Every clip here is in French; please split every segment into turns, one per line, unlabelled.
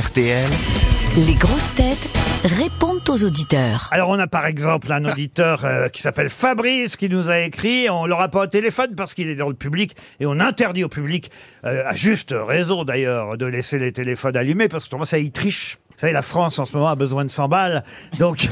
RTL.
Les grosses têtes répondent aux auditeurs.
Alors on a par exemple un auditeur euh, qui s'appelle Fabrice qui nous a écrit, on l'aura pas au téléphone parce qu'il est dans le public et on interdit au public, euh, à juste raison d'ailleurs, de laisser les téléphones allumés parce que on ça y triche. Vous savez, la France en ce moment a besoin de 100 balles, donc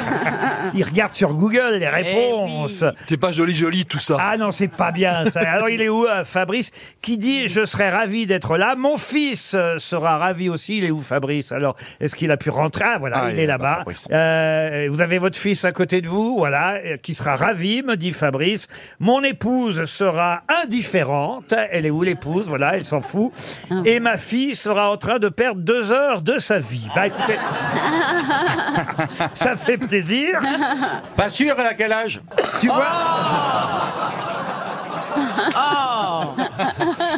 il regarde sur Google les réponses.
C'est pas joli joli tout ça.
Ah non, c'est pas bien ça. Alors il est où euh, Fabrice qui dit je serais ravi d'être là. Mon fils euh, sera ravi aussi. Il est où Fabrice Alors est-ce qu'il a pu rentrer Ah voilà,
Ah,
il est là-bas.
oui.
Euh, vous avez votre fils à côté de vous, voilà, euh, qui sera ravi, me dit Fabrice. Mon épouse sera indifférente. Elle est où l'épouse Voilà, elle s'en fout. Et ma fille sera en train de perdre deux heures de sa vie. Bah écoutez, ça fait plaisir.
Pas sûr à quel âge
Tu vois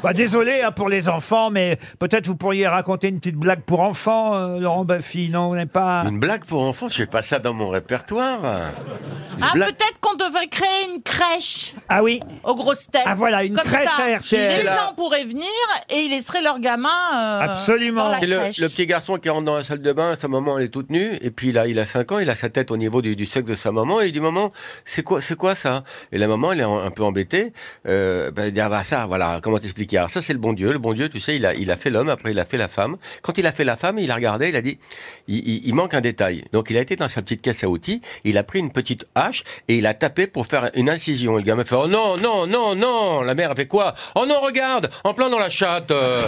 Bah, désolé hein, pour les enfants, mais peut-être vous pourriez raconter une petite blague pour enfants, euh, Laurent Baffy. Non, on n'est pas.
Une blague pour enfants, je fais pas ça dans mon répertoire. Une
Ah,
blague-
peut-être qu'on devrait créer une crèche
Ah oui
aux grosses têtes.
Ah, voilà, une
Comme
crèche
ça,
à RTL.
Les gens pourraient venir et ils laisseraient leurs gamins euh,
Absolument.
dans la
C'est le,
crèche.
le petit garçon qui rentre dans la salle de bain, sa maman elle est toute nue, et puis là il a 5 ans, il a sa tête au niveau du, du sexe de sa maman, et il dit maman, c'est quoi c'est quoi ça Et la maman elle est un un peu embêtée, euh, ben, elle dit ah bah ça, voilà, comment t'expliquer Alors ça c'est le bon Dieu, le bon Dieu tu sais, il a, il a fait l'homme, après il a fait la femme. Quand il a fait la femme, il a regardé, il a dit, il, il- il manque un détail. Donc il a été dans sa petite caisse à outils, il a pris une petite hache, et il a tapé pour faire une incision. Et le gamin fait oh non, non, non, non La mère a fait quoi Oh non, regarde, en plein dans la chatte euh.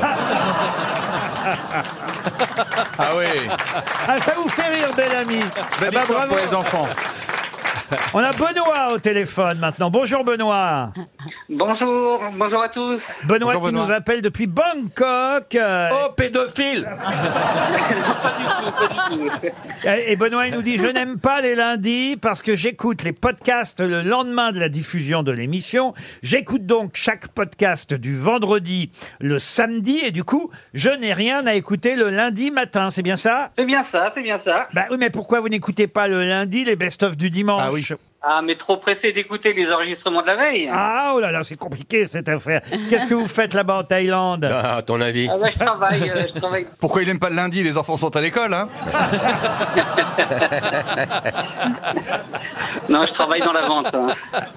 Ah, ça vous fait rire, bel ami. Ah bah, bravo.
enfants.
On a Benoît au téléphone maintenant. Bonjour, Benoît.
Bonjour, bonjour à tous.
Bonjour,
Benoît qui
Benoît.
nous appelle depuis Bangkok. euh,
Oh pédophile
Et et Benoît, il nous dit, je n'aime pas les lundis parce que j'écoute les podcasts le lendemain de la diffusion de l'émission. J'écoute donc chaque podcast du vendredi le samedi et du coup, je n'ai rien à écouter le lundi matin. C'est bien ça?
C'est bien ça, c'est bien ça.
Bah oui, mais pourquoi vous n'écoutez pas le lundi les best-of du dimanche?
Ah oui.
Ah, mais trop pressé d'écouter les enregistrements de la veille. Ah,
Ah, oh là là, c'est compliqué cette affaire. Qu'est-ce que vous faites là-bas en Thaïlande?
Ah, à ton avis
bah, je travaille, euh, je travaille.
Pourquoi il aime pas le lundi Les enfants sont à l'école, hein
Non, je travaille dans la vente. hein.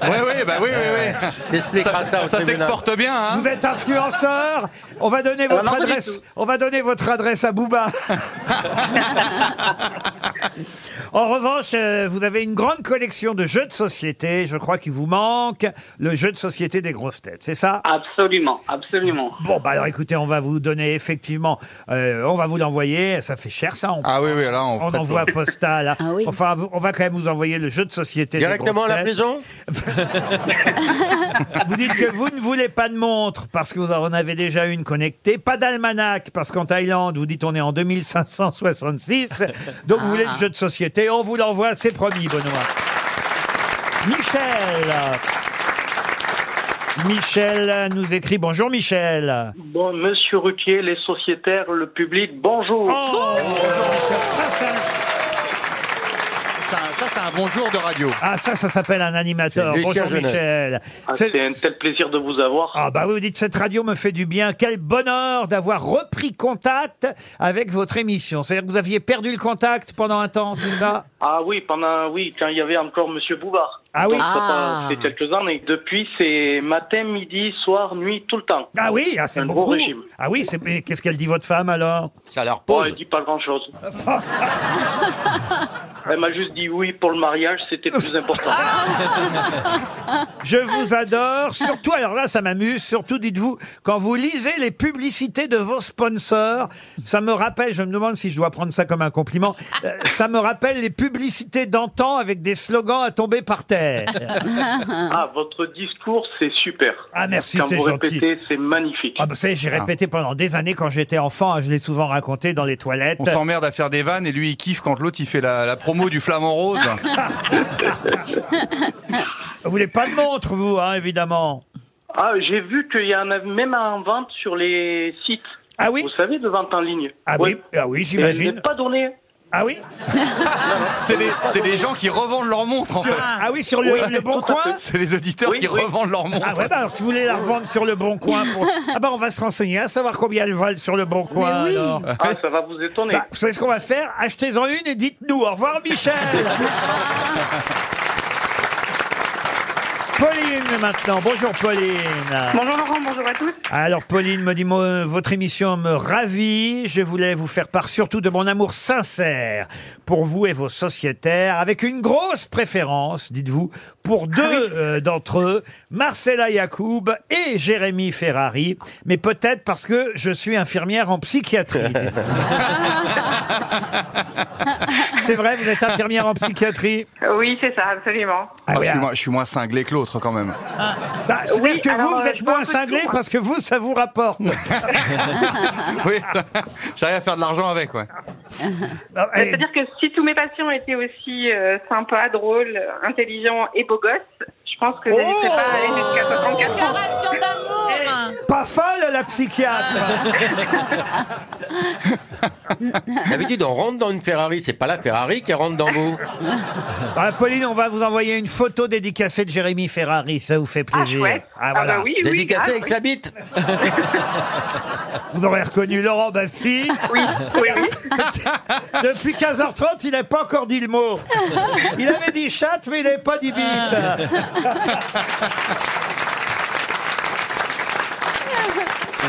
Oui, oui, bah oui, oui,
T'expliqueras ça, au
oui. Ça
tribunal.
s'exporte bien, hein
Vous êtes influenceur? On va donner votre
non, pas du
adresse,
tout.
on va donner votre adresse à Booba. En revanche, euh, vous avez une grande collection de jeux de société. Je crois qu'il vous manque le jeu de société des grosses têtes, c'est ça
Absolument, absolument.
Bon, bah alors écoutez, on va vous donner effectivement, euh, on va vous l'envoyer. Ça fait cher, ça. On,
Ah oui, oui, là, on,
on
fait-
envoie postal. hein.
Ah oui.
Enfin, vous- on va quand même vous envoyer le jeu de société. des
Directement à
grosses
la
têtes.
prison
Vous dites que vous ne voulez pas de montre parce que vous en avez déjà une connectée. Pas d'almanach parce qu'en Thaïlande, vous dites on est en 2566. Donc vous voulez le jeu de société. On vous l'envoie, c'est promis, Benoît. Michel. Michel nous écrit Bonjour Michel.
Bon, monsieur Ruquier, les sociétaires, le public, bonjour.
Oh,
Ça, ça, c'est un bon jour de radio.
ah, ça, ça s'appelle un animateur.
C'est Lucien
Bonjour
Jeunesse.
Michel.
Ah,
C'est-
c'est un tel plaisir de vous avoir.
Ah bah oui, vous dites cette radio me fait du bien. Quel bonheur d'avoir repris contact avec votre émission. C'est-à-dire que vous aviez perdu le contact pendant un temps, c'est ça
Ah oui, pendant, oui, quand il y avait encore monsieur Bouvard.
Ah oui.
Donc, ça,
Ah.
C'est quelques années. Depuis, c'est matin, midi, soir, nuit, tout le temps.
Ah oui, ah, c'est
Un
beaucoup.
gros régime.
Ah oui, c'est- mais qu'est-ce qu'elle dit votre femme alors
Ça leur
Bon, Oh, elle
pose.
dit pas grand chose. elle m'a juste dit oui pour le mariage, c'était plus important.
Je vous adore, surtout alors là ça m'amuse, surtout dites-vous quand vous lisez les publicités de vos sponsors, ça me rappelle, je me demande si je dois prendre ça comme un compliment, euh, ça me rappelle les publicités d'antan avec des slogans à tomber par terre.
Ah, votre discours, c'est super.
Ah, merci,
Quand
c'est
vous
gentil.
répétez, c'est magnifique.
Ah bah ça, y est, j'ai répété pendant des années quand j'étais enfant, hein, je l'ai souvent raconté dans les toilettes.
On s'emmerde à faire des vannes et lui, il kiffe quand l'autre, il fait la, la promo du flamant rose.
Vous voulez pas de montre, vous, hein, évidemment.
Ah, j'ai vu qu'il y en a même en vente sur les sites.
Ah oui
Vous savez, de vente en ligne.
Ah
Ouais.
oui, ah oui
Et Elle n'est
j'imagine.
pas donnée.
Ah oui
C'est les, c'est les gens qui revendent leur montre, en
Sur-
fait.
ah. oui, sur le, le bon coin
C'est les auditeurs
Oui,
qui
oui.
revendent leur montre.
Ah ouais, bah alors, si vous voulez la revendre sur le bon coin, pour- ah bah on va se renseigner à savoir combien elles valent sur le bon coin.
oui.
alors.
Ah, ça va vous étonner.
Bah, vous savez ce qu'on va faire Achetez-en une et dites-nous. Au revoir, Michel Pauline maintenant. Bonjour Pauline.
Bonjour Laurent, bonjour à tous.
Alors Pauline me dit moi, votre émission me ravit. Je voulais vous faire part surtout de mon amour sincère pour vous et vos sociétaires, avec une grosse préférence, dites-vous, pour
Ah
deux euh, d'entre eux, Marcella Yacoub et Jérémy Ferrari. Mais peut-être parce que je suis infirmière en psychiatrie. C'est vrai, vous êtes infirmière en psychiatrie.
Euh, Oui, c'est ça, absolument.
Ah
Ah,
oui,
je, suis
ah.
moins, je suis moins cinglé que l'autre, quand même.
Bah, c'est-à-dire
Oui,
que
alors,
vous, vous
euh,
êtes
je vois
moins
un peu tout,
cinglé
moi.
parce que vous, ça vous rapporte.
Oui, j'arrive à faire de l'argent avec, ouais.
Ah, eh,
Euh, C'est-à-dire que si tous mes patients étaient aussi euh, sympas, drôles, intelligents et beaux gosses, je pense que je n'hésiterais pas à aller jusqu'à 64 ans.
Déclaration d'amour
Pas folle, la
Ah.
psychiatre
D'habitude, on rentre dans une Ferrari, c'est pas la Ferrari qui rentre dans vous.
Ah, Pauline, on va vous envoyer une photo dédicacée de Jérémy Ferrari, ça vous fait
Ah,
plaisir.
chouette. Ah,
voilà.
bah oui, oui, grave,
Dédicacé avec sa bite.
Vous aurez reconnu Laurent Baffy.
oui, oui, oui.
Depuis 15h30, il n'a pas encore dit le mot. Il avait dit chatte, mais il n'avait pas dit bite.
Ah.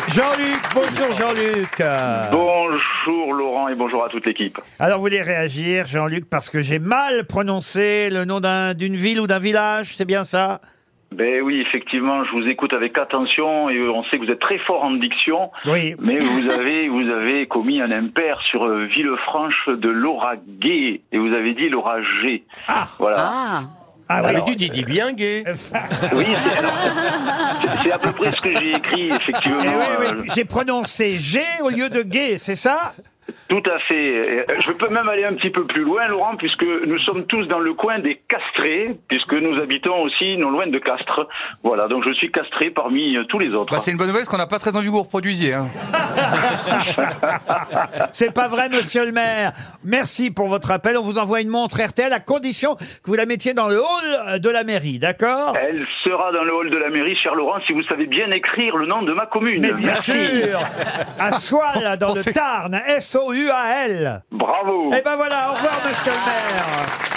Jean-Luc, bonjour Jean-Luc.
Bonjour Laurent et bonjour à toute l'équipe.
Alors vous voulez réagir Jean-Luc parce que j'ai mal prononcé le nom d'un- d'une ville ou d'un village, c'est bien ça
Ben oui, effectivement, je vous écoute avec attention et on sait que vous êtes très fort en diction,
Oui.
mais vous avez vous avez commis un impair sur euh, Villefranche de l'Auragais et vous avez dit l'Oragé.
Ah.
Voilà.
Ah,
Ah oui.
D'habitude, il dit bien gay.
Oui, c'est alors, c'est- c'est à peu près ce que j'ai écrit effectivement.
Eh oui,
euh,
oui, J'ai prononcé G au lieu de gay, c'est ça
Tout à fait. Euh, Je peux même aller un petit peu plus loin, Laurent, puisque nous sommes tous dans le coin des castrés, puisque nous habitons aussi non loin de Castres. Voilà, donc je suis castré parmi euh, tous les autres.
Bah, c'est une bonne nouvelle parce qu'on n'a pas très envie que vous reproduisiez. hein.
C'est pas vrai, monsieur le maire. Merci pour votre appel. On vous envoie une montre RTL à condition que vous la mettiez dans le hall de la mairie, d'accord
Elle sera dans le hall de la mairie, cher Laurent, si vous savez bien écrire le nom de ma commune.
Mais bien
Eh, Merci.
sûr À Soile, dans
On
le
sait-
Tarn, S-O-U-A-L.
Bravo.
Eh ben voilà, au revoir, monsieur le maire.